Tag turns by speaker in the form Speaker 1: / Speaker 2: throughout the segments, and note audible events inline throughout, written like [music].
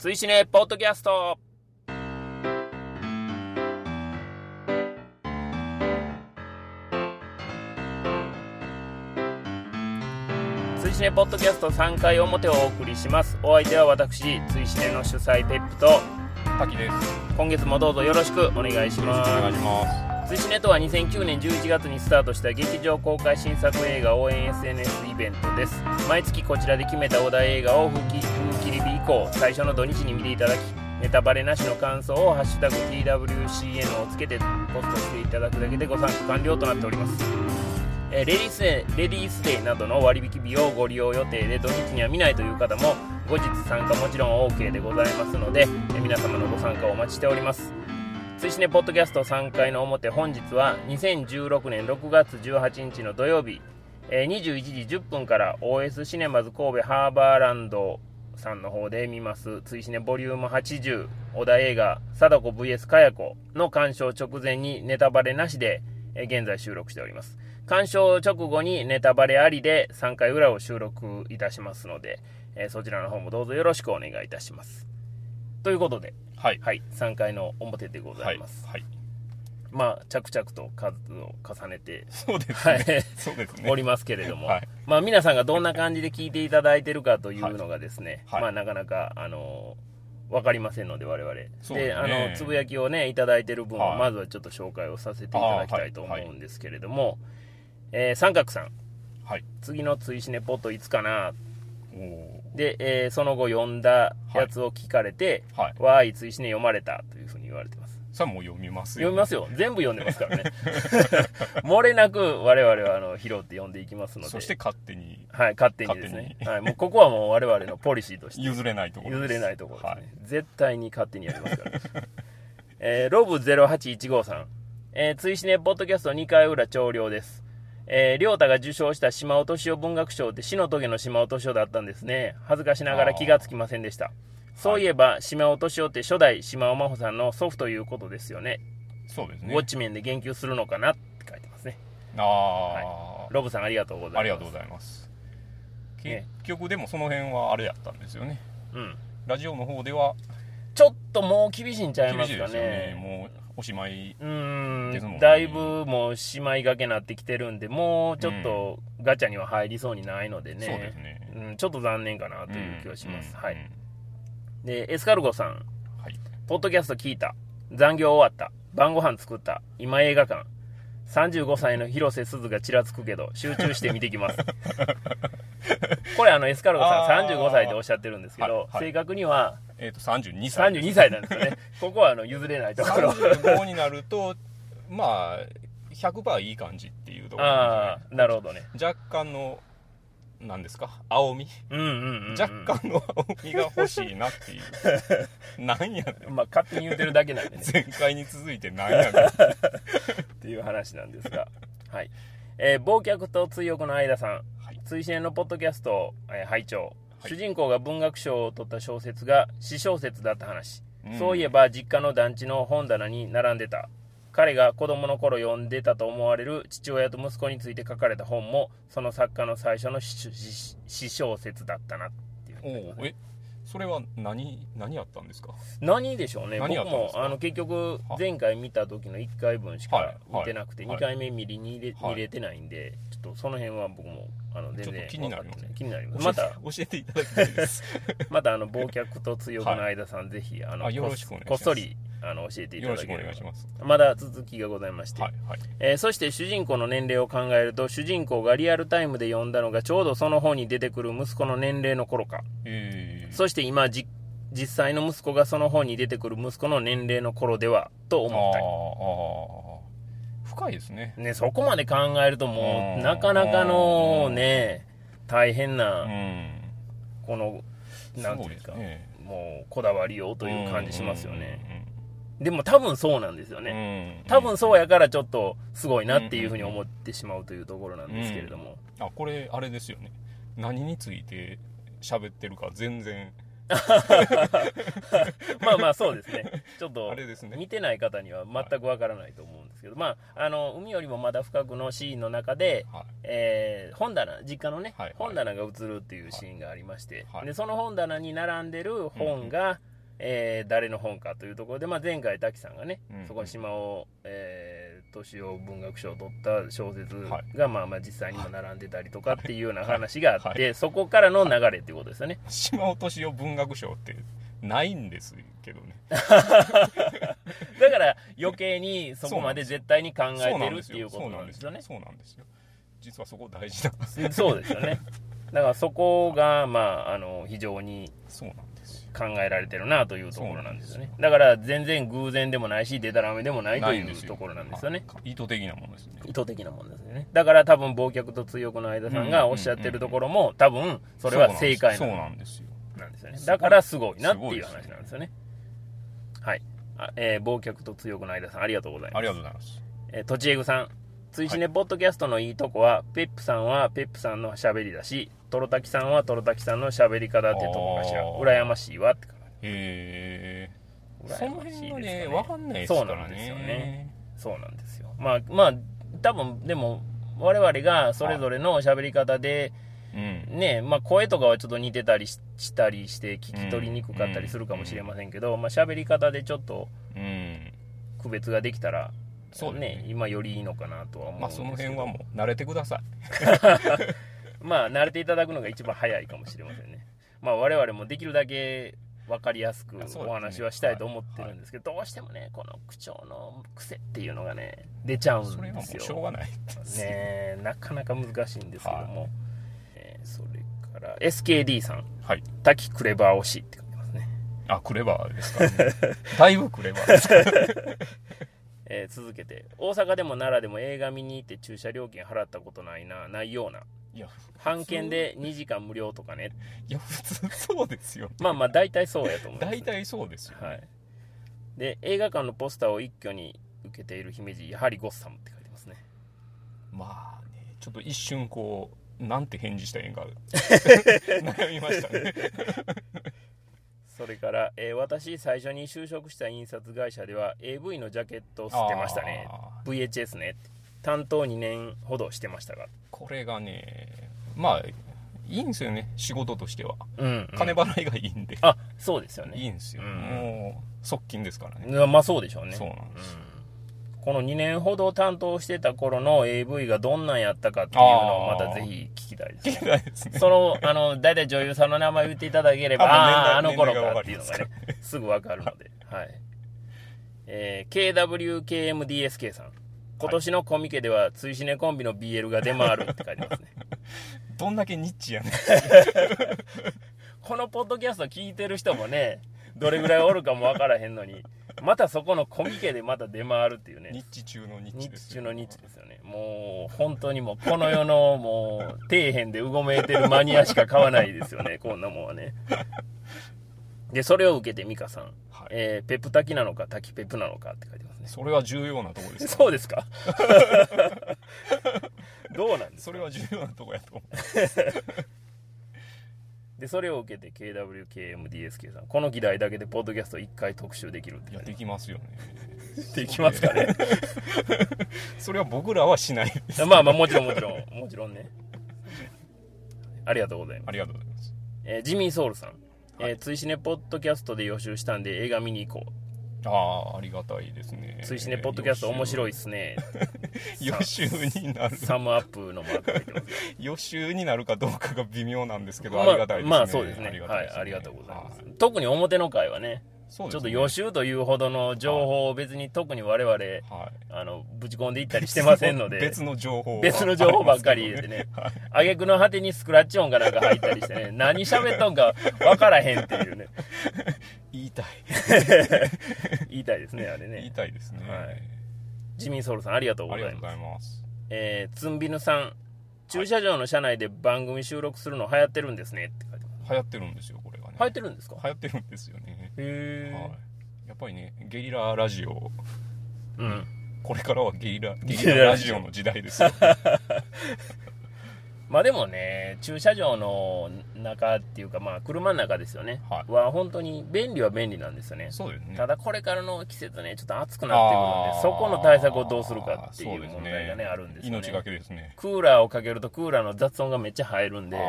Speaker 1: 追試ねポッドキャスト追試ねポッドキャスト3回表をお送りしますお相手は私追試ねの主催ペップと
Speaker 2: 滝です。
Speaker 1: 今月もどうぞよろしくお願いし
Speaker 2: よろしくお願
Speaker 1: ま
Speaker 2: い
Speaker 1: す
Speaker 2: します。
Speaker 1: 追試ねとは2009年11月にスタートした劇場公開新作映画応援 SNS イベントです毎月こちらで決めたお題映画を風切風切り日以降最初の土日に見ていただきネタバレなしの感想を「ハッシュタグ #TWCN」をつけてポストしていただくだけでご参加完了となっておりますえーレディースデーレディースデーなどの割引日をご利用予定で土日には見ないという方も後日参加もちろん OK でございますので、えー皆様のご参加をお待ちしております追試ねポッドキャスト3回の表本日は2016年6月18日の土曜日えー21時10分から OS シネマズ神戸ハーバーランドさんの方で見ます追試ねボリューム80小田映画「貞子 VS かや子」の鑑賞直前にネタバレなしでえー現在収録しております鑑賞直後にネタバレありで3回裏を収録いたしますので、えーそちらの方もどうぞよろしくお願いいたしますということで
Speaker 2: はい。
Speaker 1: はい3回の表でございます、
Speaker 2: はい。
Speaker 1: まあ着々と数を重ねて
Speaker 2: そうですね。
Speaker 1: はい
Speaker 2: そうですね。
Speaker 1: おりますけれども、
Speaker 2: [laughs] はい
Speaker 1: まあ、皆さんがどんな感じで聞いていただいてるかというのがですね、
Speaker 2: はい
Speaker 1: まあ、なかなか、あの分かりませんので我々で,、
Speaker 2: そうです
Speaker 1: あ
Speaker 2: ね
Speaker 1: のつぶやきをねいただいてる分を
Speaker 2: はい
Speaker 1: まずはちょっと紹介をさせていただきたいと思
Speaker 2: あーはい
Speaker 1: うん
Speaker 2: は
Speaker 1: ですけれども、えー三角さん
Speaker 2: はい。
Speaker 1: 次の追試ねポットいつかな
Speaker 2: おお。
Speaker 1: で、えーその後読んだやつを聞かれて
Speaker 2: はい
Speaker 1: 「。わーい追試ね読まれた」というふうに言われてます
Speaker 2: さあもう読みますよ。
Speaker 1: 読みますよ全部読んでますからね [laughs] 漏れなく我々はあの拾って読んでいきますので
Speaker 2: そして勝手に
Speaker 1: はい、勝手にですね
Speaker 2: 勝手。に
Speaker 1: はい、もうここはもう我々のポリシーとして
Speaker 2: 譲れないところ
Speaker 1: 譲
Speaker 2: です。
Speaker 1: れないところです
Speaker 2: は
Speaker 1: ね。
Speaker 2: い。
Speaker 1: 絶対に勝手にやりますから。えーロブ0815さん。えー、追試ねポッドキャスト2回裏長領です。えー、りょうたが受賞した島尾敏夫文学賞って死の棘の島尾敏夫だったんですね。恥ずかしながら気がつきませんでした。そういえば、島尾敏夫って初代島尾真帆さんの祖父ということですよね。
Speaker 2: そうですね
Speaker 1: ウォッ。チ面で言及するのかなって書いてますね。
Speaker 2: ああ、
Speaker 1: ロブさんありがとうございます。
Speaker 2: ありがとうございます。結
Speaker 1: ね
Speaker 2: 局でもその辺はあれやったんですよね。
Speaker 1: うん。
Speaker 2: ラジオの方では
Speaker 1: ちょっともう厳しいんちゃいま
Speaker 2: 厳
Speaker 1: す
Speaker 2: しい
Speaker 1: か
Speaker 2: で
Speaker 1: ね。
Speaker 2: すよね。もうおしまい。
Speaker 1: うー
Speaker 2: ですもん
Speaker 1: ん
Speaker 2: ね
Speaker 1: だいぶもうしまいがけなってきてるんでもうちょっとガチャには入りそうにないので
Speaker 2: そうです
Speaker 1: ね、
Speaker 2: ね。
Speaker 1: うん、ちょっと残念かなという気はします、
Speaker 2: うん
Speaker 1: は。
Speaker 2: う
Speaker 1: い
Speaker 2: ん
Speaker 1: でエスカルゴさん
Speaker 2: はい。
Speaker 1: 「ポッドキャスト聞いた残業終わった晩ご飯作った今映画館35歳の広瀬すずがちらつくけど集中して見てき
Speaker 2: [laughs]
Speaker 1: ます」これあのエスカルゴさん
Speaker 2: あー
Speaker 1: 35歳っておっしゃってるんですけど、
Speaker 2: はいはい
Speaker 1: 正確には
Speaker 2: えっと32歳です。
Speaker 1: 32歳なんですよねここはあの譲れないところ
Speaker 2: 35になるとまあ100%いい感じっていうところな
Speaker 1: あ
Speaker 2: んで
Speaker 1: あなるほどね
Speaker 2: すね若干の何ですか青み、
Speaker 1: うんうんうん、うん、
Speaker 2: 若干の青みが欲しいなってい
Speaker 1: [laughs]
Speaker 2: うなんやねん
Speaker 1: まあ、勝手に言ってるだけなんでね
Speaker 2: 前回に続いてなんやねん
Speaker 1: っていう話なんですが、 [laughs] はいえー、忘却と追憶の間さん
Speaker 2: はい
Speaker 1: 追試のポッドキャストを、えー拝聴
Speaker 2: はい
Speaker 1: 主人公が文学賞を取った小説が詩小説だった話、
Speaker 2: うん
Speaker 1: そういえば実家の団地の本棚に並んでた彼が子供の頃読んでたと思われる父親と息子について書かれた本もその作家の最初の詩詩詩小説だったなっていうふう
Speaker 2: お
Speaker 1: に書いてますね
Speaker 2: おえそれは何何やったんですか
Speaker 1: 何でしょうね僕
Speaker 2: 何やったん
Speaker 1: も
Speaker 2: ですか
Speaker 1: あの結局
Speaker 2: は
Speaker 1: 前回見た時の1回分し
Speaker 2: はい
Speaker 1: か
Speaker 2: はい
Speaker 1: 見てなくて
Speaker 2: はい
Speaker 1: 2回目見りに入れ,、
Speaker 2: はい
Speaker 1: 見れてないんでちょっとその辺は僕もあの全
Speaker 2: ちょっ
Speaker 1: 然
Speaker 2: と気になります
Speaker 1: 分かって
Speaker 2: ね
Speaker 1: ない気になりますまた
Speaker 2: 教えて教えていただきたいです
Speaker 1: またあの忘却と強くの間さん、ぜひあの
Speaker 2: あよろしくお願いします
Speaker 1: こっそりあの教えていた
Speaker 2: よ
Speaker 1: だ
Speaker 2: ろし
Speaker 1: け
Speaker 2: くお
Speaker 1: れば
Speaker 2: 願いします
Speaker 1: まだ続きがございまして、
Speaker 2: はいはい
Speaker 1: えーそして主人公の年齢を考えると主人公がリアルタイムで読んだのがちょうどその本に出てくる息子の年齢の頃か
Speaker 2: えー、
Speaker 1: そして今じ実際の息子がその本に出てくる息子の年齢の頃ではと思ったり
Speaker 2: あーあー深いですね
Speaker 1: ね、そこまで考えるとも
Speaker 2: う
Speaker 1: う、
Speaker 2: ん
Speaker 1: なかなかの
Speaker 2: うん
Speaker 1: ね、大変
Speaker 2: う
Speaker 1: な、
Speaker 2: ん
Speaker 1: この、なんて
Speaker 2: そう
Speaker 1: い
Speaker 2: で
Speaker 1: う
Speaker 2: す
Speaker 1: か、
Speaker 2: ね
Speaker 1: もうこだわりようという感じしますよね。
Speaker 2: ね
Speaker 1: でも多分そうなんですよね。
Speaker 2: ね
Speaker 1: 多分そうやからちょっとすごいなっていうふうに思ってしまうというところなんですけれども。
Speaker 2: あこれあれですよね何について喋ってるか全然
Speaker 1: まあまあそうです
Speaker 2: [laughs]
Speaker 1: ね。ちょっと
Speaker 2: あれですね
Speaker 1: 見てない方には全くわからないと思うんですけど、まあ、あの、海よりもまだ深くのシーンの中で、
Speaker 2: は
Speaker 1: えー本棚実家のね、
Speaker 2: はいはい
Speaker 1: 本棚が映るっていうシーンがありまして、
Speaker 2: はい
Speaker 1: でその本棚に並んでる本が、えー誰の本かというところで、まあ、前回滝さんがね、
Speaker 2: うん
Speaker 1: そこの島尾えー敏夫、文学賞を取った小説が、
Speaker 2: はい
Speaker 1: まあまあ実際にも並んでたりとかっていうような話があって、
Speaker 2: はいは
Speaker 1: そこからの流れっていうことですよね。
Speaker 2: 島尾敏夫文学賞ってないんですけどね
Speaker 1: だから余計にそこまで絶対に考え
Speaker 2: そう
Speaker 1: て
Speaker 2: なん
Speaker 1: るっ
Speaker 2: で
Speaker 1: て
Speaker 2: す
Speaker 1: いう
Speaker 2: よ
Speaker 1: こ
Speaker 2: そ
Speaker 1: と
Speaker 2: う
Speaker 1: な
Speaker 2: なんん
Speaker 1: で
Speaker 2: ですす
Speaker 1: よ
Speaker 2: よ
Speaker 1: ね。
Speaker 2: そうなんですよ実はそこ大事なんで
Speaker 1: [laughs]
Speaker 2: す
Speaker 1: そうですよね。だからそこが、まあ、あの、非常に
Speaker 2: そうなんですよ
Speaker 1: 考えられてるなというところなんですよね。だから全然偶然でもないし、でたらめでもないと
Speaker 2: ないん
Speaker 1: い
Speaker 2: で
Speaker 1: う
Speaker 2: すよ
Speaker 1: ところなんですよね。
Speaker 2: はい意図的なものですね
Speaker 1: 意図的なもんですよね。だから多分、忘却と追憶の間さんが
Speaker 2: うん
Speaker 1: おっしゃってるところも、多分、それは正解
Speaker 2: そう
Speaker 1: な
Speaker 2: なんですよ
Speaker 1: んですよね。
Speaker 2: すご
Speaker 1: だ
Speaker 2: い
Speaker 1: からすごいなっていう
Speaker 2: すごいで
Speaker 1: 話
Speaker 2: すね
Speaker 1: なんですよね。はい。あえー、忘却と追憶の間さん、ありがとうございます
Speaker 2: ありがとうございます
Speaker 1: えー、とちえぐさん。追試ね、ポッドキャストのいいとこは、ペップさんはペップさんの喋りだし、トロタキさんはトロタキさんの喋り方ってとこかしら。
Speaker 2: あー
Speaker 1: 羨ましいわって感
Speaker 2: へえ
Speaker 1: じ。
Speaker 2: その
Speaker 1: 羨ましいですか
Speaker 2: 辺が
Speaker 1: ね
Speaker 2: ね分かんないですから
Speaker 1: そ
Speaker 2: ね
Speaker 1: うなんですよねそうなんですよ。まあ、まあ、多分、でも、我々がそれぞれの喋り方で、
Speaker 2: うん
Speaker 1: ね、まあ、声とかはちょっと似てたりししたりして、聞き取りにくかったりするかもしれませんけど、まあ、喋り方でちょっと
Speaker 2: うん
Speaker 1: 区別ができたら、
Speaker 2: そうですね
Speaker 1: ね、今よりいいのかなとは思うんで
Speaker 2: まあ
Speaker 1: すけ
Speaker 2: そ
Speaker 1: ど。
Speaker 2: の辺はもう慣れてください
Speaker 1: まあ慣れていただくのが一番早いかもしれませんね。まあ我々もできるだけ分かりやすく
Speaker 2: そうですね
Speaker 1: お話はしたいと思ってるんですけど、どうしてもね、この口調の癖っていうのがね、出ちゃうん
Speaker 2: それは
Speaker 1: で
Speaker 2: も
Speaker 1: す
Speaker 2: うしょう
Speaker 1: よ。
Speaker 2: がないですよ
Speaker 1: ねえなかなか難しいんですけども。えーそれから、SKD さん、
Speaker 2: はい
Speaker 1: 滝クレバー推しって書いてますね。
Speaker 2: あクレバーですからね
Speaker 1: [laughs]
Speaker 2: だいぶクレバーですから
Speaker 1: えー続けて、大阪でも奈良でも映画見に行って駐車料金払ったことないな、ないような。
Speaker 2: いや
Speaker 1: 半券で2時間無料とか
Speaker 2: [laughs]
Speaker 1: ね。
Speaker 2: いや普通そうですよ
Speaker 1: まあまあ大体そうやと思います、
Speaker 2: 大体そうですよ、
Speaker 1: はい、で映画館のポスターを一挙に受けている姫路やはりゴッサムって書いてますね
Speaker 2: まあねちょっと一瞬こうなんて返事したらい
Speaker 1: [laughs]
Speaker 2: いんか悩みましたね
Speaker 1: それから、えー私最初に就職した印刷会社では AV のジャケットを吸ってましたね
Speaker 2: あ
Speaker 1: VHS ね担当2年ほどしてましたが
Speaker 2: ーこれがねまあいいんですよね仕事としては
Speaker 1: うん、うん
Speaker 2: 金払いがいいんで、
Speaker 1: あそうですよね
Speaker 2: いいんですよ、
Speaker 1: うん
Speaker 2: もう側近ですからね
Speaker 1: うんまあそうでしょうね
Speaker 2: そうなんです
Speaker 1: うんこの2年ほど担当してた頃の AV がどんなんやったかっていうのをまたぜひ聞きたいですね
Speaker 2: 聞けないです
Speaker 1: [laughs]
Speaker 2: ね
Speaker 1: その、あの、大体女優さんの名前言っていただければ、
Speaker 2: あもう年代
Speaker 1: ああー、あの頃
Speaker 2: 年代
Speaker 1: か
Speaker 2: が
Speaker 1: っていうのが
Speaker 2: わか
Speaker 1: ね、 [laughs] すぐわかるので、はい。えー KWKMDSK さん。今年のコミケでは、追試ねコンビの BL が出回るって書いてますね。
Speaker 2: どんだけニッチやねん
Speaker 1: [laughs] このポッドキャスト聞いてる人もね、どれぐらいおるかもわからへんのに、またそこのコミケでまた出回るっていうね。
Speaker 2: ニッチ中のニッチ
Speaker 1: 日
Speaker 2: です
Speaker 1: 中
Speaker 2: よ
Speaker 1: の日ですよね。もう、本当にもう、この世のもう、底辺でうごめいてるマニアしか買わないですよ [laughs] ね、こんなもんはね。で、それを受けてミカさん、
Speaker 2: はい
Speaker 1: えーペプタキなのか、タキペプなのかって書いてますね。
Speaker 2: それは重要なとこですよ
Speaker 1: そうですか [laughs] どうなんです
Speaker 2: そ
Speaker 1: か
Speaker 2: れは重要なとこやと思う
Speaker 1: で、それを受けて KWKMDSK さん、この議題だけでポッドキャスト1回特集できるって
Speaker 2: い
Speaker 1: 書
Speaker 2: や
Speaker 1: い
Speaker 2: で
Speaker 1: て
Speaker 2: きますよね
Speaker 1: ますできますかね。
Speaker 2: それは僕らはしない
Speaker 1: [laughs] まあまあ、もちろんもちろん、もちろんね。ありがとうございます
Speaker 2: ありがとうございます
Speaker 1: えージミー・ソウルさん、えー追試ねポッドキャストで予習したんで映画見に行こう
Speaker 2: ああありがたいですね
Speaker 1: 追試ねポッドキャスト面白い
Speaker 2: い
Speaker 1: っすね
Speaker 2: 予習になる
Speaker 1: サムアップのマークが入って
Speaker 2: [laughs]
Speaker 1: ます
Speaker 2: 予習になるかどうかが微妙なんですけど、
Speaker 1: ま
Speaker 2: ありがたいですね
Speaker 1: まあそうですね
Speaker 2: がた
Speaker 1: はい
Speaker 2: ですね
Speaker 1: ありがとうございます、
Speaker 2: は
Speaker 1: 特に表の回はね
Speaker 2: そうです
Speaker 1: ちょ
Speaker 2: ね
Speaker 1: っと予習というほどの情報を別に特に我々、
Speaker 2: はい
Speaker 1: あのぶち込んでいったりしてませんので
Speaker 2: 別の情報は
Speaker 1: 別の情報ばっかり入れてね
Speaker 2: [laughs] はい
Speaker 1: 挙句の果てにスクラッチ音がなんか入ったりして
Speaker 2: [laughs]
Speaker 1: ね何喋っとんか分からへんっていうね
Speaker 2: 言いたい
Speaker 1: 言いたいですねあれ
Speaker 2: 言い
Speaker 1: ね
Speaker 2: たいですね
Speaker 1: はいジミー・ソウルさんありがとう
Speaker 2: あ
Speaker 1: ご
Speaker 2: り
Speaker 1: ざ
Speaker 2: が
Speaker 1: い
Speaker 2: とう
Speaker 1: ます
Speaker 2: ございます
Speaker 1: えー、ツンビヌさん駐車場の車内で番組収録するの流行ってるんですねって書いてます
Speaker 2: 流行ってるんですよこれがね
Speaker 1: 流行ってるんですか
Speaker 2: 流行ってるんですよね
Speaker 1: へ
Speaker 2: は
Speaker 1: え、
Speaker 2: いやっぱりねゲリララジオ
Speaker 1: うん
Speaker 2: これからはゲ
Speaker 1: [laughs]
Speaker 2: リラゲ
Speaker 1: リ
Speaker 2: リ
Speaker 1: ラ
Speaker 2: ラ
Speaker 1: ラ
Speaker 2: ラ
Speaker 1: ジ
Speaker 2: ジ
Speaker 1: オ
Speaker 2: オの時代で
Speaker 1: [laughs]
Speaker 2: すよ
Speaker 1: まあでもね駐車場の中っていうかまあ車の中ですよね
Speaker 2: はい
Speaker 1: は本当に便利は便利なんですよね
Speaker 2: そうですね
Speaker 1: ただこれからの季節ねちょっと暑くなってくるのでそこの対策をどうするかっていう問題がねあるんですよね
Speaker 2: 命がけですね
Speaker 1: クーラーをかけるとクーラーの雑音がめっちゃ入るんで
Speaker 2: あ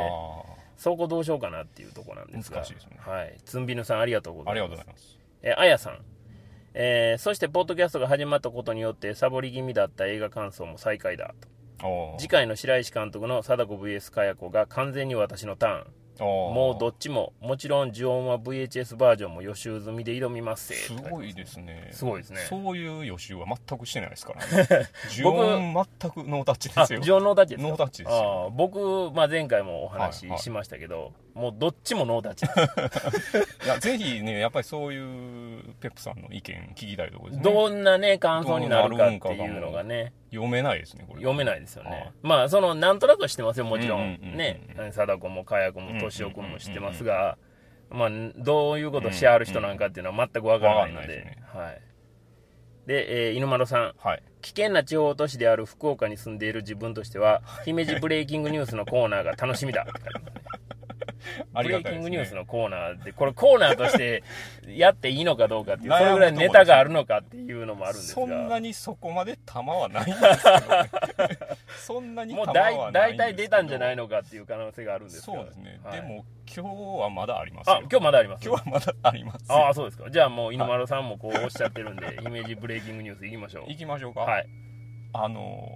Speaker 1: そこどうしようかなっていうところなんですが
Speaker 2: 難しいですね
Speaker 1: はいつんびぬさんありがとうござ
Speaker 2: あ
Speaker 1: い
Speaker 2: りが
Speaker 1: ます
Speaker 2: とうございます
Speaker 1: えーあやさん、えーそしてポッドキャストが始まったことによってサボり気味だった映画感想も再開だと
Speaker 2: おー
Speaker 1: 次回の白石監督の貞子 VS かや子が完全に私のターン
Speaker 2: おー
Speaker 1: もうどっちももちろん呪音は VHS バージョンも予習済みで挑みます
Speaker 2: す
Speaker 1: い
Speaker 2: ごいですね
Speaker 1: すごいですね
Speaker 2: そういう予習は全くしてないですから、
Speaker 1: [laughs]
Speaker 2: ね、呪音全くノータッチで
Speaker 1: あ
Speaker 2: すよ
Speaker 1: 呪音ノータッチですか
Speaker 2: ノータッチですよ
Speaker 1: あー僕、まあ、前回もお話
Speaker 2: はいはい
Speaker 1: しましたけど、もうどっちもノータッチ
Speaker 2: [laughs]
Speaker 1: です
Speaker 2: いやぜひねやっぱりそういうペップさんの意見聞きたいところですね
Speaker 1: どんなね感想になるかっていうのがね
Speaker 2: 読めないですねこれ
Speaker 1: 読めないですよね、
Speaker 2: はい
Speaker 1: まあそのなんとなくは知ってますよもちろん,、
Speaker 2: うんうんうんうん
Speaker 1: ね貞子もかや子も
Speaker 2: うんうん
Speaker 1: 敏夫君も知ってますが、まあどういうことをしはる人なんかっていうのは全くわからないので,、
Speaker 2: わかんないですね
Speaker 1: はいで、えー犬丸さん
Speaker 2: はい
Speaker 1: 危険な地方都市である福岡に住んでいる自分として
Speaker 2: [laughs]
Speaker 1: は姫路ブレイキングニュースのコーナーが楽しみだ
Speaker 2: あ
Speaker 1: ブ
Speaker 2: り
Speaker 1: レ
Speaker 2: が
Speaker 1: イ
Speaker 2: た
Speaker 1: キ
Speaker 2: い
Speaker 1: ン
Speaker 2: で
Speaker 1: グ
Speaker 2: す
Speaker 1: ニュー
Speaker 2: ね
Speaker 1: スのコーナーでこれコーナーとしてやっていいのかどうかっていう
Speaker 2: 悩む
Speaker 1: そ
Speaker 2: と
Speaker 1: れ
Speaker 2: こ
Speaker 1: ぐ
Speaker 2: で
Speaker 1: ら
Speaker 2: す
Speaker 1: い
Speaker 2: ね
Speaker 1: ネタがあるのかっていうのもあるんですが
Speaker 2: そんなにそこまで玉はないんですけど
Speaker 1: [laughs]
Speaker 2: ねそんなに
Speaker 1: もう
Speaker 2: 玉
Speaker 1: だい
Speaker 2: はない
Speaker 1: 大
Speaker 2: んで
Speaker 1: 体出
Speaker 2: すけど
Speaker 1: たんじゃないのかっていう可能性があるんですが
Speaker 2: そうですね、
Speaker 1: はい
Speaker 2: でも今日はまだありますよ
Speaker 1: あ今日まだあります
Speaker 2: 今日はまだあります
Speaker 1: ああそうですかじゃあもう犬丸さんもこうおっしゃってるんでイメージブレイキングニュースいきましょ
Speaker 2: 行
Speaker 1: う
Speaker 2: きましょうか、
Speaker 1: はい
Speaker 2: あの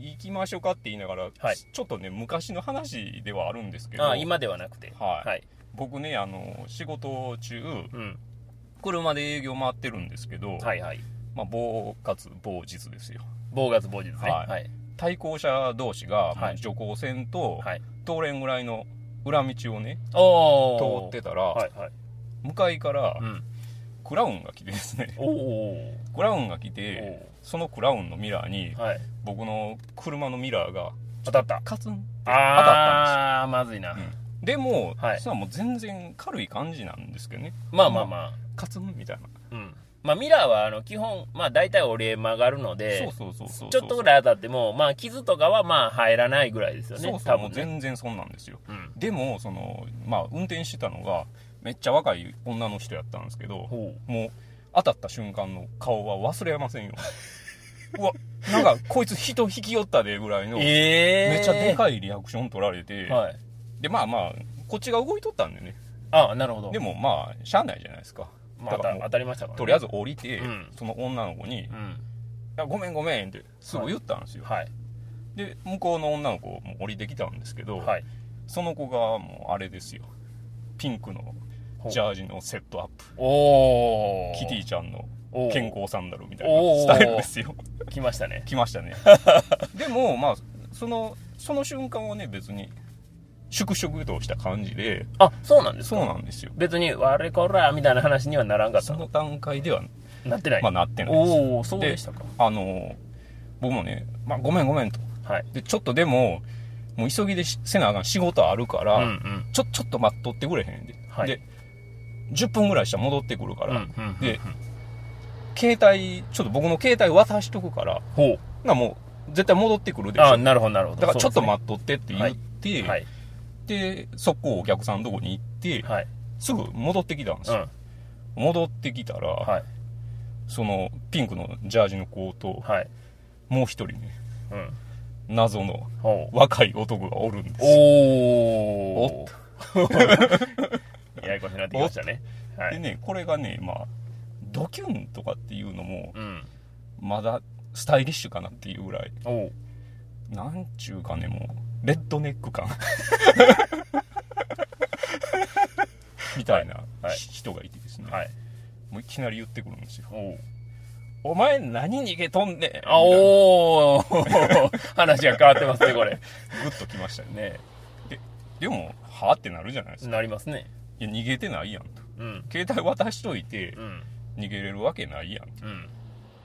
Speaker 2: 行きましょうかって言いながら、
Speaker 1: はい
Speaker 2: ちょっとね昔の話ではあるんですけど
Speaker 1: あ今ではなくて
Speaker 2: はい
Speaker 1: はい
Speaker 2: 僕ねあの仕事中
Speaker 1: うん
Speaker 2: 車で営業回ってるんですけど、
Speaker 1: はいはい
Speaker 2: まあ、某活某実ですよ
Speaker 1: 某月某日ですね
Speaker 2: はい
Speaker 1: はい
Speaker 2: 対向車同士が、ま
Speaker 1: は
Speaker 2: あ、
Speaker 1: い
Speaker 2: 徐行線と、
Speaker 1: はい
Speaker 2: 通れんぐらいの裏道をね
Speaker 1: お
Speaker 2: 通
Speaker 1: お
Speaker 2: ってたら、
Speaker 1: はいはい
Speaker 2: 向かいから
Speaker 1: うん
Speaker 2: クラウンが来てですね [laughs]
Speaker 1: おー
Speaker 2: クラウンが来
Speaker 1: お
Speaker 2: て
Speaker 1: ー
Speaker 2: そのクラウンのミラーに
Speaker 1: はい
Speaker 2: 僕の車のミラーが
Speaker 1: 当たった
Speaker 2: カツンって当たったんですよ
Speaker 1: ああまずいな
Speaker 2: でも、
Speaker 1: はい
Speaker 2: それはもう全然軽い感じなんですけどね
Speaker 1: まあまあまあ
Speaker 2: カツンみたいな
Speaker 1: うんまあミラーはあの基本まあ大体折れ曲がるので
Speaker 2: そうそうそうそう
Speaker 1: ちょっとぐ
Speaker 2: い
Speaker 1: らい当たってもまあ傷とかはまあ入らないぐらいですよ
Speaker 2: そ
Speaker 1: ね
Speaker 2: うそ
Speaker 1: 多
Speaker 2: うもう
Speaker 1: 分ね
Speaker 2: 全然そんなんですよ
Speaker 1: うん
Speaker 2: でもそのまあ運転してたのがめっちゃ若い女の人やったんですけど
Speaker 1: ほう
Speaker 2: もう当たった瞬間の顔は忘れませんよ [laughs] うわなんかこいつ人引き寄ったでぐらいのめ
Speaker 1: え
Speaker 2: っちゃで
Speaker 1: い
Speaker 2: かいリアクション取られて、
Speaker 1: はい
Speaker 2: でまあまあこっちが動いとったんでね
Speaker 1: あなるほど
Speaker 2: でもまあしゃあないじゃないですか
Speaker 1: まあ
Speaker 2: だからもう
Speaker 1: 当たりましたから、ね、
Speaker 2: とりあえず降りて、
Speaker 1: うん
Speaker 2: その女の子に「い
Speaker 1: うん
Speaker 2: やごめんごめん」ってすぐ言ったんですよ、
Speaker 1: はい
Speaker 2: で向こうの女の子も降りてきたんですけど、
Speaker 1: はい
Speaker 2: その子がもうあれですよピンクのジャージのセットアップ
Speaker 1: おお
Speaker 2: キティちゃんの
Speaker 1: ィ
Speaker 2: 健康サンダルみたいな
Speaker 1: おー
Speaker 2: スタイルですよ
Speaker 1: 来ましたね
Speaker 2: 来ました [laughs] ねでもまあそのその瞬間はね別に粛々とした感じで
Speaker 1: あそうなんです
Speaker 2: そう
Speaker 1: か
Speaker 2: なんですよ
Speaker 1: 別に「我れこら」みたいな話にはならんかった
Speaker 2: その
Speaker 1: の
Speaker 2: 段階では、
Speaker 1: なってない、
Speaker 2: まあ、なってないです
Speaker 1: おおそうでしたか
Speaker 2: あの僕もね、まあ、ごめんごめんと
Speaker 1: はい
Speaker 2: でちょっとでももう急ぎでしせなあかん仕事あるから、
Speaker 1: うんうん
Speaker 2: ちょちょっと待っとってくれへんで,、
Speaker 1: はい
Speaker 2: で10分ぐらいしたら戻ってくるか
Speaker 1: う
Speaker 2: ら、
Speaker 1: んうんうん
Speaker 2: で携帯ちょっと僕の携帯渡しとくから
Speaker 1: ほう
Speaker 2: なもう絶対戻ってくるでしょ
Speaker 1: あ
Speaker 2: だ
Speaker 1: なるほどなるほど
Speaker 2: からちょっと
Speaker 1: っ
Speaker 2: 待っとってって言って、
Speaker 1: てはい
Speaker 2: で速攻お客さんのとこに行って、
Speaker 1: はい
Speaker 2: すぐ戻ってきたんです
Speaker 1: うん
Speaker 2: よ、戻ってきたら、
Speaker 1: はい
Speaker 2: そのピンクのジャージの子と
Speaker 1: はい
Speaker 2: もう一人ね
Speaker 1: うん
Speaker 2: 謎の
Speaker 1: ほう
Speaker 2: 若い男がおるんですよ
Speaker 1: おお [laughs] ややこしになってきましたねは
Speaker 2: で
Speaker 1: い
Speaker 2: ねこれがねまあドキュンとかっていうのも
Speaker 1: うん
Speaker 2: まだスタイリッシュかなっていうぐらい
Speaker 1: おう
Speaker 2: なんちゅうかねもうレッドネッ
Speaker 1: [laughs]
Speaker 2: ク感みたいな
Speaker 1: はい
Speaker 2: 人がいてですね、
Speaker 1: はい
Speaker 2: もういきなり言ってくるんですよ
Speaker 1: おう
Speaker 2: 「お前何逃げとんねん!みたいな」
Speaker 1: あおー [laughs] 話が変わってますねこれ
Speaker 2: グッときましたよね
Speaker 1: ね
Speaker 2: でも「はあ?」ってなるじゃないですか
Speaker 1: なりますね
Speaker 2: 「いや逃げてないやん」と
Speaker 1: うん
Speaker 2: 「携帯渡しといて
Speaker 1: うん
Speaker 2: 逃げれるわけないやん」
Speaker 1: うん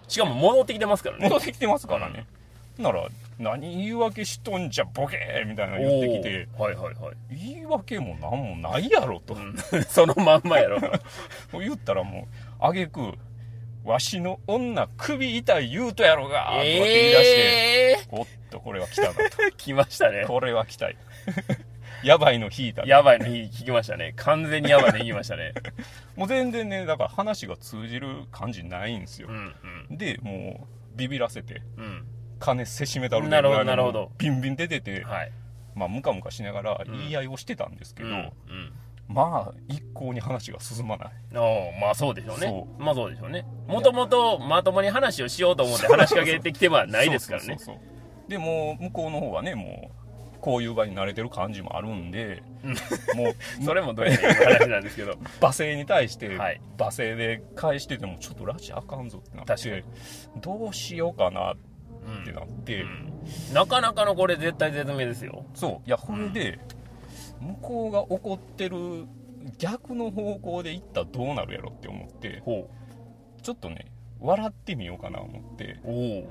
Speaker 1: しかも戻ってきてますからね
Speaker 2: 戻ってきてますからね、なら何言い訳しとんじゃボケーみたいなの言ってきて
Speaker 1: おーはいはいはい、
Speaker 2: 言い訳も何もないやろと、
Speaker 1: うん [laughs] そのまんまやろ
Speaker 2: 言ったらもう挙句わしの女首痛い言うとやろが」とかって言い出して、
Speaker 1: え
Speaker 2: おっとこれは来たなと [laughs]
Speaker 1: ー、来ましたね
Speaker 2: これは来たい [laughs] やばいの引いたな
Speaker 1: やばいの聞きましたね完全にやばいの聞きましたね
Speaker 2: もう全然ねだから話が通じる感じないんですよ
Speaker 1: うん、
Speaker 2: でもうビビらせて
Speaker 1: うん
Speaker 2: 金せしめたるで
Speaker 1: なるほど
Speaker 2: ぐらい
Speaker 1: なる
Speaker 2: の
Speaker 1: ほど
Speaker 2: ビンビン出てて
Speaker 1: うんはい
Speaker 2: まあ、ムカムカしながら
Speaker 1: うん
Speaker 2: 言い合いをしてたんですけど、
Speaker 1: うんうん
Speaker 2: まあ一向に話が進まない
Speaker 1: ああまあそうでしょうね
Speaker 2: そ
Speaker 1: まあそうでしょうねもともとまともに話をしようと思って話しかけてきてはないですからね
Speaker 2: そうそうそうそうでもう向こうの方はねもうこういう場に慣れてる感じもあるんで
Speaker 1: うん
Speaker 2: もう
Speaker 1: それもどうやっていい話なんですけど
Speaker 2: 罵声に対し
Speaker 1: [laughs]
Speaker 2: て
Speaker 1: はい
Speaker 2: 罵声で返しててもちょっとラジあかんぞってなっ
Speaker 1: 確かに
Speaker 2: てどうしよ [laughs] うかなっ
Speaker 1: うん
Speaker 2: てなって、
Speaker 1: うんなかなかのこれ絶対絶命ですよ
Speaker 2: そういやこれで向こうが怒ってる逆の方向で行ったらどうなるやろって思って
Speaker 1: ほ
Speaker 2: ちょっとね笑ってみようかな思って
Speaker 1: うおお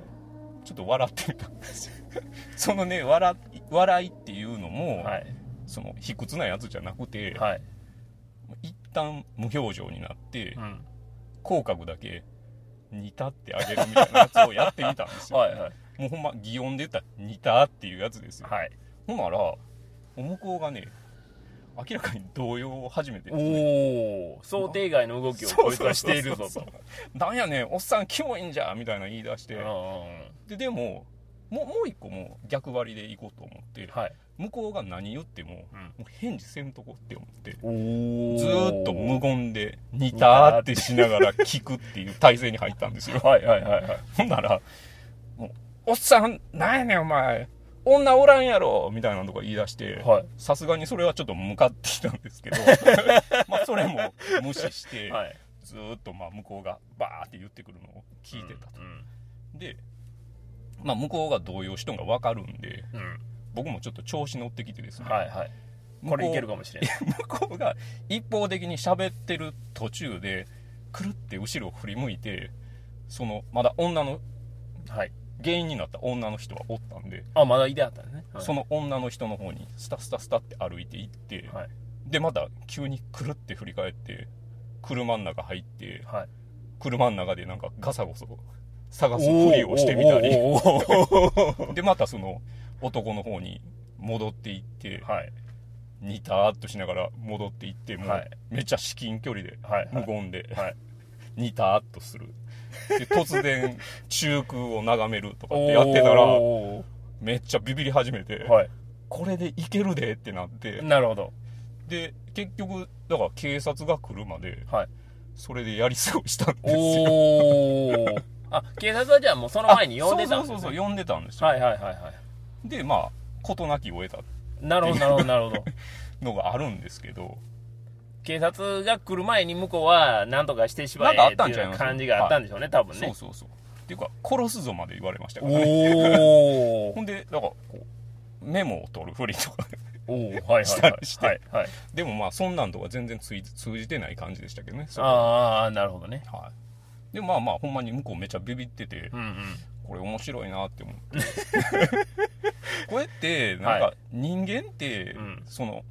Speaker 2: ちょっと笑ってみたんですよ [laughs] そのね笑い笑いっていうのも、
Speaker 1: はい
Speaker 2: その卑屈なやつじゃなくて、
Speaker 1: はい、
Speaker 2: 一旦無表情になって、
Speaker 1: うん、
Speaker 2: 口角だけ煮たってあげるみたいなやつをやってみたんですよ、
Speaker 1: はいはい
Speaker 2: もうほんま擬音で言ったら「似た」っていうやつですよ、
Speaker 1: はい
Speaker 2: ほんなら向こうがね明らかに動揺を始めてるんですね
Speaker 1: おお想定外の動きを
Speaker 2: そ
Speaker 1: こい
Speaker 2: う
Speaker 1: つ
Speaker 2: そう
Speaker 1: はしているぞ
Speaker 2: そう
Speaker 1: と
Speaker 2: そうなんやねんおっさんキモいんじゃみたいな言い出して
Speaker 1: うんうんうん
Speaker 2: ででももうもう一個もう逆張りでいこうと思って
Speaker 1: はい、
Speaker 2: 向こうが何言っても
Speaker 1: うん、
Speaker 2: もう返事せんとこって思って
Speaker 1: お
Speaker 2: ずーっと無言で「似た」ってしながら聞くっていう体勢に入ったんですよ [laughs]
Speaker 1: はいはいはいはい
Speaker 2: ほんなら「もうおっさんなんやねんお前女おらんやろ」みたいなとか言い出して
Speaker 1: はい
Speaker 2: さすがにそれはちょっと向かってきたんですけ
Speaker 1: [laughs]
Speaker 2: どまあそれも無視して、
Speaker 1: はい
Speaker 2: ずーっとまあ向こうがバーって言ってくるのを聞いてたと、で、まあ、向こうが動揺しとんが分かるんで
Speaker 1: うん、うん
Speaker 2: 僕もちょっと調子乗ってきてですね、
Speaker 1: はいはいこれいけるかもしれない
Speaker 2: 向こうが一方的に喋ってる途中でくるって後ろを振り向いてそのまだ女の
Speaker 1: はい
Speaker 2: 原因になった女の人はおったんで、
Speaker 1: あまだいてあったね、はい、
Speaker 2: その女の人の方にスタスタスタって歩いて行って、
Speaker 1: はい
Speaker 2: でまた急にくるって振り返って車の中入って
Speaker 1: はい
Speaker 2: 車の中でなんかガサゴソ探すふりをしてみたり
Speaker 1: おーおーおーおーおー
Speaker 2: でまたその男の方に戻っていって [laughs]
Speaker 1: はい
Speaker 2: ニターっとしながら戻っていっても
Speaker 1: は
Speaker 2: う
Speaker 1: い
Speaker 2: めっちゃ至近距離で
Speaker 1: はいは
Speaker 2: 無
Speaker 1: い
Speaker 2: 言で
Speaker 1: はい
Speaker 2: [laughs] ニターっとするで突然中空を眺めるとかってやってたら
Speaker 1: お
Speaker 2: めっちゃビビり始めて
Speaker 1: ーはい
Speaker 2: これでいけるでってなって
Speaker 1: なるほど
Speaker 2: で結局だから警察が来るまで
Speaker 1: はい
Speaker 2: それでやり過ごしたんですよ [laughs]
Speaker 1: おおあ警察はじゃあもうその前に呼んでたんですね
Speaker 2: そうそうそうそう呼んでたんですよ、
Speaker 1: はいはいはいは
Speaker 2: でまあ事なきを得た
Speaker 1: いなるほどなるほどなるほど
Speaker 2: のがあるんですけど
Speaker 1: 警察が来る前に向こうは何とかしてしまえ
Speaker 2: なんかあったんちゃい
Speaker 1: っ
Speaker 2: ま
Speaker 1: て
Speaker 2: す
Speaker 1: いう感じがあったんでしょうね多分
Speaker 2: そう
Speaker 1: ね
Speaker 2: そうそうっていうか殺すぞまで言われましたから、ね、
Speaker 1: おお
Speaker 2: ほんでだからこうメモを取るふりとか [laughs]
Speaker 1: おおはいはい
Speaker 2: し
Speaker 1: は
Speaker 2: た
Speaker 1: い
Speaker 2: りして
Speaker 1: はいはい
Speaker 2: でもまあそんなんとか全然通じ通じてない感じでしたけどねそれは
Speaker 1: ああなるほどね
Speaker 2: はいでまあまあほんまに向こうめっちゃビビってて
Speaker 1: うんうん
Speaker 2: これ面白いなって思って
Speaker 1: [laughs]
Speaker 2: これってなん
Speaker 1: は
Speaker 2: か人間って
Speaker 1: うん
Speaker 2: その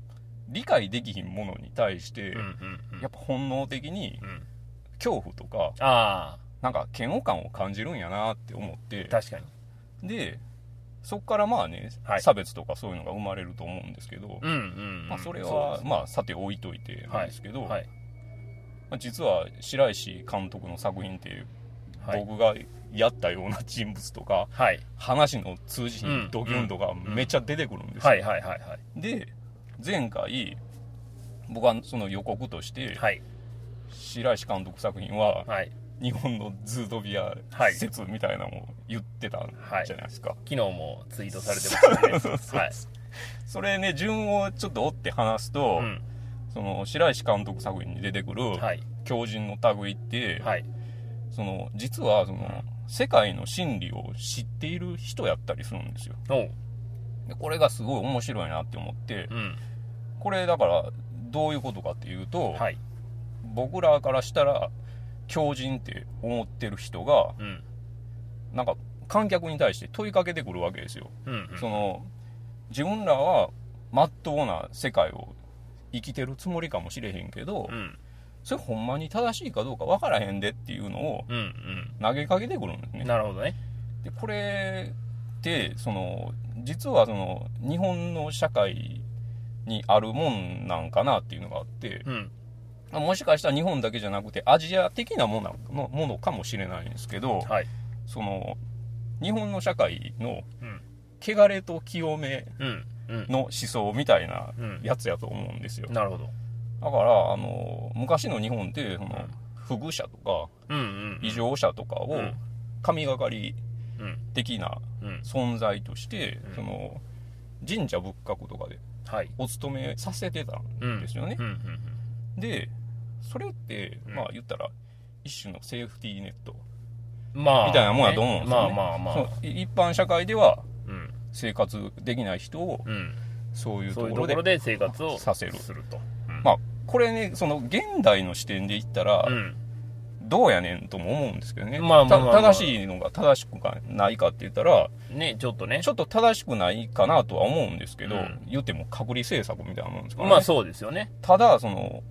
Speaker 2: 理解できひんものに対して
Speaker 1: うんうんうん
Speaker 2: やっぱ本能的に
Speaker 1: うん
Speaker 2: 恐怖とか
Speaker 1: あ
Speaker 2: なんか嫌悪感を感じるんやなって思って
Speaker 1: あ確かに
Speaker 2: でそこからまあね、
Speaker 1: はい
Speaker 2: 差別とかそういうのが生まれると思うんですけど、
Speaker 1: うんうんうん
Speaker 2: まあ、それ
Speaker 1: うで
Speaker 2: は
Speaker 1: す
Speaker 2: まあさて置いといてなんですけど、
Speaker 1: はい
Speaker 2: まあ、実は白石監督の作品って
Speaker 1: はい
Speaker 2: 僕がやったような人物とか
Speaker 1: はい
Speaker 2: 話の通じひ
Speaker 1: うん
Speaker 2: んドキュンとかめっちゃ出てくるんですよ、
Speaker 1: はいはいはいはい
Speaker 2: で前回僕はその予告として
Speaker 1: はい
Speaker 2: 白石監督作品は
Speaker 1: はい
Speaker 2: 日本のズートピア
Speaker 1: はい
Speaker 2: 説みたいなのを言ってたんじゃないですか、
Speaker 1: 昨日もツイートされてま
Speaker 2: そう
Speaker 1: し
Speaker 2: そ
Speaker 1: たね
Speaker 2: う
Speaker 1: はい
Speaker 2: それね順をちょっと追って話すと、
Speaker 1: うん
Speaker 2: その白石監督作品に出てくる
Speaker 1: はい
Speaker 2: 「狂人の類」って、
Speaker 1: はい
Speaker 2: その実はその世界の真理を知っている人やったりするんですよ
Speaker 1: おう
Speaker 2: でこれがすごい面白いなって思って
Speaker 1: うん
Speaker 2: これだからどういうことかっていうと、
Speaker 1: はい
Speaker 2: 僕らからしたら狂人って思ってる人が
Speaker 1: うん
Speaker 2: なんか観客に対して問いかけてくるわけですよ
Speaker 1: うんうん
Speaker 2: その自分らは真っ当な世界を生きてるつもりかもしれへんけど、
Speaker 1: うん
Speaker 2: それほんまに正しいかどうか分からへんでっていうのを
Speaker 1: うん
Speaker 2: 投げかけてくるんです
Speaker 1: うん
Speaker 2: ね。
Speaker 1: なるほどね
Speaker 2: でこれってその実はその日本の社会にあるもんなんかなっていうのがあって
Speaker 1: うん
Speaker 2: もしかしたら日本だけじゃなくてアジア的なもののものかもしれないんですけど
Speaker 1: はい
Speaker 2: その日本の社会の
Speaker 1: うん
Speaker 2: 汚れと清め
Speaker 1: うんうん
Speaker 2: の思想みたいな
Speaker 1: うん
Speaker 2: やつやと思うんですよ。だ
Speaker 1: なるほど
Speaker 2: から、あの、昔の日本って、その、不遇者とか、
Speaker 1: うんうん
Speaker 2: 異常者とかを
Speaker 1: うん
Speaker 2: 神がかり
Speaker 1: うん
Speaker 2: 的な
Speaker 1: うん
Speaker 2: 存在として、
Speaker 1: うん
Speaker 2: その、神社仏閣とかで
Speaker 1: はい
Speaker 2: お勤めさせてた
Speaker 1: うん
Speaker 2: んですよね
Speaker 1: う。んうんうん
Speaker 2: で、それって、
Speaker 1: うん
Speaker 2: まあ言ったら、一種のセーフティーネット
Speaker 1: まあ
Speaker 2: みたいなもんやと思うんですよ、ね。
Speaker 1: まあまあまあ
Speaker 2: その一般社会では
Speaker 1: うん
Speaker 2: 生活できない人を
Speaker 1: うん
Speaker 2: そういうと
Speaker 1: そう
Speaker 2: こ
Speaker 1: いうと
Speaker 2: ろ
Speaker 1: こ
Speaker 2: で
Speaker 1: ろで生活を
Speaker 2: させる
Speaker 1: するとうん
Speaker 2: まあこれねその現代の視点で言ったら
Speaker 1: うん
Speaker 2: どうやねんとも思うんですけどね、
Speaker 1: まあまあまあまあ
Speaker 2: た正しいのが正しくないかって言ったら
Speaker 1: ねちょっとね
Speaker 2: ちょっと正しくないかなとは思うんですけど、
Speaker 1: うん
Speaker 2: 言っても隔離政策みたいなもんですから、ね
Speaker 1: まあそうですよね
Speaker 2: ただその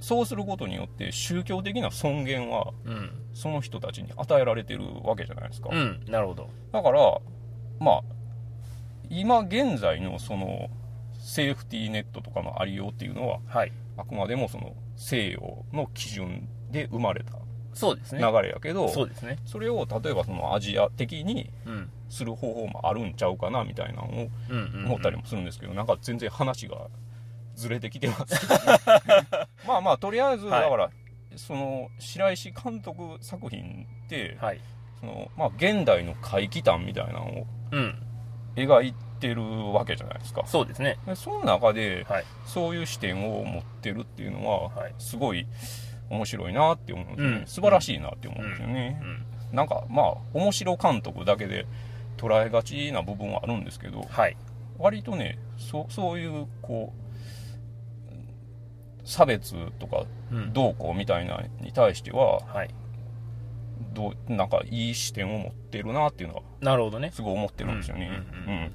Speaker 2: そうすることによって宗教的な尊厳は
Speaker 1: うん
Speaker 2: その人たちに与えられてるわけじゃないですか、
Speaker 1: うんなるほど
Speaker 2: だからまあ今現在のそのセーフティーネットとかのありようっていうのは
Speaker 1: はい
Speaker 2: あくまでもその西洋の基準で生まれた
Speaker 1: そうですね
Speaker 2: 流れやけど、
Speaker 1: そうですね
Speaker 2: それを例えばそのアジア的に
Speaker 1: うん
Speaker 2: する方法もあるんちゃうかなみたいなのを
Speaker 1: うんうんうん
Speaker 2: 思ったりもするんですけど、なんか全然話がずれてきてます
Speaker 1: [laughs]
Speaker 2: まあまあとりあえずだ
Speaker 1: はい
Speaker 2: から、その白石監督作品って、
Speaker 1: はい
Speaker 2: そのまあ、現代の怪奇譚みたいなのを
Speaker 1: うん
Speaker 2: 描いてるわけじゃないですか
Speaker 1: そうですね
Speaker 2: でその中で
Speaker 1: はい
Speaker 2: そういう視点を持ってるっていうのは
Speaker 1: はい
Speaker 2: すごい面白いなって思うんですよね、
Speaker 1: うん
Speaker 2: 素晴らしいなって思うんですよね
Speaker 1: う、ん
Speaker 2: なんかまあ面白監督だけで捉えがちな部分はあるんですけど
Speaker 1: はい
Speaker 2: 割とねそそういうこう差別とか
Speaker 1: うん
Speaker 2: どうこうみたいなのに対しては
Speaker 1: はい
Speaker 2: どうなんかいい視点を持ってるなっていうのは
Speaker 1: なるほどね
Speaker 2: すごい思ってるんですよ
Speaker 1: う
Speaker 2: ね
Speaker 1: んう
Speaker 2: う、
Speaker 1: んんうん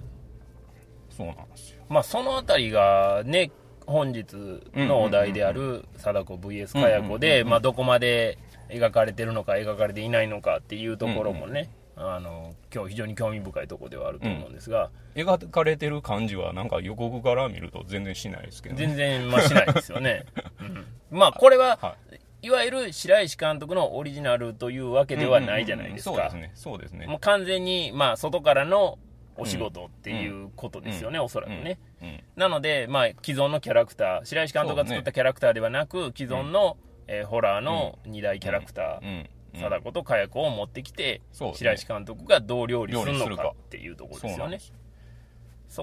Speaker 2: そうなんですよ
Speaker 1: まあそのあたりがね本日のお題である貞子 VS かや子
Speaker 2: うんうん
Speaker 1: で
Speaker 2: うんうん
Speaker 1: まあどこまで描かれてるのか描かれていないのかっていうところもねあの今日非常に興味深いところではあると思うんですが
Speaker 2: 描かれてる感じはなんか予告から見ると全然しないですけどね
Speaker 1: 全然まあしないですよ
Speaker 2: [laughs]
Speaker 1: ねうんまあこれは
Speaker 2: はい
Speaker 1: わゆる白石監督のオリジナルというわけではないじゃないです
Speaker 2: うんうんうん
Speaker 1: か
Speaker 2: そうですねそうですね
Speaker 1: もう完全にまあ外からのお仕事っていうことですよねおそらくね
Speaker 2: うん
Speaker 1: なので、まあ、既存のキャラクター白石監督が作ったキャラクターではなく、既存の、えーホラーの2大キャラクタ
Speaker 2: う
Speaker 1: ー、
Speaker 2: んうん
Speaker 1: 貞子と佳代子を持ってきて、
Speaker 2: そうですね
Speaker 1: 白石監督がどう料理する
Speaker 2: 料理す
Speaker 1: の
Speaker 2: るか
Speaker 1: かっていうところです
Speaker 2: そうな
Speaker 1: よ
Speaker 2: ん
Speaker 1: ね
Speaker 2: で
Speaker 1: そ
Speaker 2: す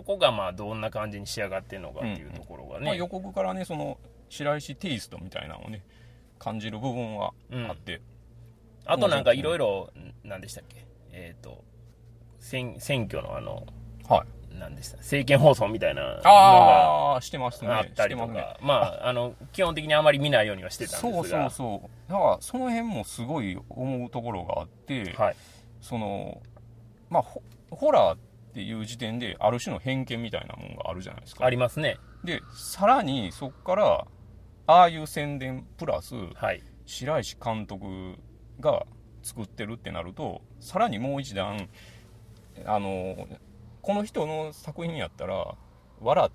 Speaker 1: こがまあどんな感じに仕上がってるのかっていうところが
Speaker 2: まあ、
Speaker 1: ね
Speaker 2: 予、告からねその白石テイストみたいなのをね感じる部分はあって、
Speaker 1: あとなんかいろいろ何でしたっけえっ、と選選挙のあの
Speaker 2: はい
Speaker 1: 何でした政見放送みたいなのが
Speaker 2: ああしてますね
Speaker 1: あったりとか、
Speaker 2: してますね
Speaker 1: まああの基本的にあまり見ないようにはしてたん
Speaker 2: そ
Speaker 1: で
Speaker 2: う
Speaker 1: す
Speaker 2: そう
Speaker 1: が
Speaker 2: そうだからその辺もすごい思うところがあって、
Speaker 1: はい
Speaker 2: そのまあホホラーっていう時点である種の偏見みたいなもんがあるじゃないですか
Speaker 1: ありますね
Speaker 2: でさらにそこからああいう宣伝プラス
Speaker 1: はい
Speaker 2: 白石監督が作ってるってなるとさらにもう一段あのこの人の作品やったら笑っ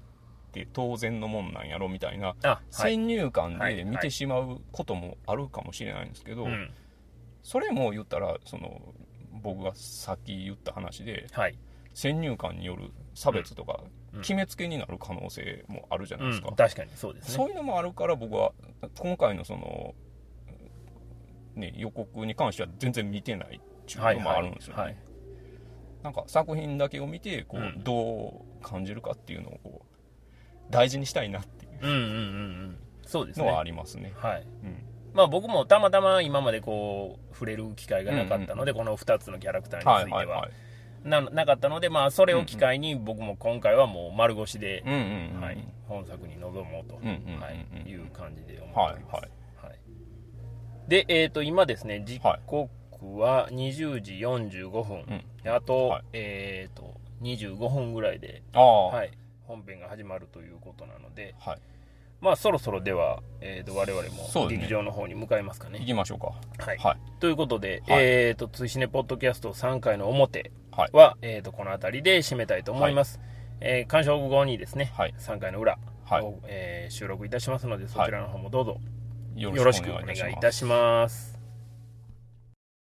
Speaker 2: て当然のもんなんやろみたいな
Speaker 1: あはい
Speaker 2: 先入観
Speaker 1: はいは
Speaker 2: で
Speaker 1: い
Speaker 2: 見てしまうこともあるかもしれないんですけど、
Speaker 1: うん
Speaker 2: それも言ったらその僕がさっき言った話で
Speaker 1: はい
Speaker 2: 先入観による差別とか
Speaker 1: うん
Speaker 2: 決めつけになる可能性もあるじゃないですか。
Speaker 1: うん、確かにそうです
Speaker 2: そ
Speaker 1: ね
Speaker 2: ういうのもあるから僕は今回のその、ね、予告に関しては全然見てないっていうのもあるんですよね、
Speaker 1: はい
Speaker 2: なんか作品だけを見てこう、
Speaker 1: うん
Speaker 2: どう感じるかっていうのをこう大事にしたいなってい
Speaker 1: うんうんうんうんそうで
Speaker 2: う
Speaker 1: す
Speaker 2: の
Speaker 1: ね
Speaker 2: はあ
Speaker 1: は
Speaker 2: りますね
Speaker 1: いまあ僕もたまたま今までこう触れる機会がなかったので、この2つのキャラクターに
Speaker 2: うん、はい
Speaker 1: ついては,、
Speaker 2: はいはい
Speaker 1: ななかったのでまあそれを機会に僕も今回はもう丸腰で
Speaker 2: う、んうんうん
Speaker 1: はい、本作に臨もうと、
Speaker 2: うんうんうんうん
Speaker 1: はい、いう感じで思っております、
Speaker 2: はい
Speaker 1: はいで、えー、と今ですね時
Speaker 2: はい
Speaker 1: 刻は20時45分、
Speaker 2: うん
Speaker 1: あと,、
Speaker 2: はい
Speaker 1: えー、と25分ぐらいで
Speaker 2: ああは、
Speaker 1: はいい、本編が始まるということなので、まあ、そろそろでは、えー、と我々
Speaker 2: そ
Speaker 1: も
Speaker 2: うですね
Speaker 1: 劇場の方に向かいますかね
Speaker 2: 行。きましょうか
Speaker 1: はい
Speaker 2: はい
Speaker 1: ということで、
Speaker 2: はい
Speaker 1: えー、と追試ねポッドキャスト3回の表
Speaker 2: はい
Speaker 1: は、えー、とこの辺りで締めたいと思います。えー鑑賞後にですね、
Speaker 2: はい
Speaker 1: 3回の裏を、
Speaker 2: はい
Speaker 1: えー収録いたしますのでそちらの方もどうぞ
Speaker 2: よ
Speaker 1: よろしくお願いいた
Speaker 2: し
Speaker 1: します。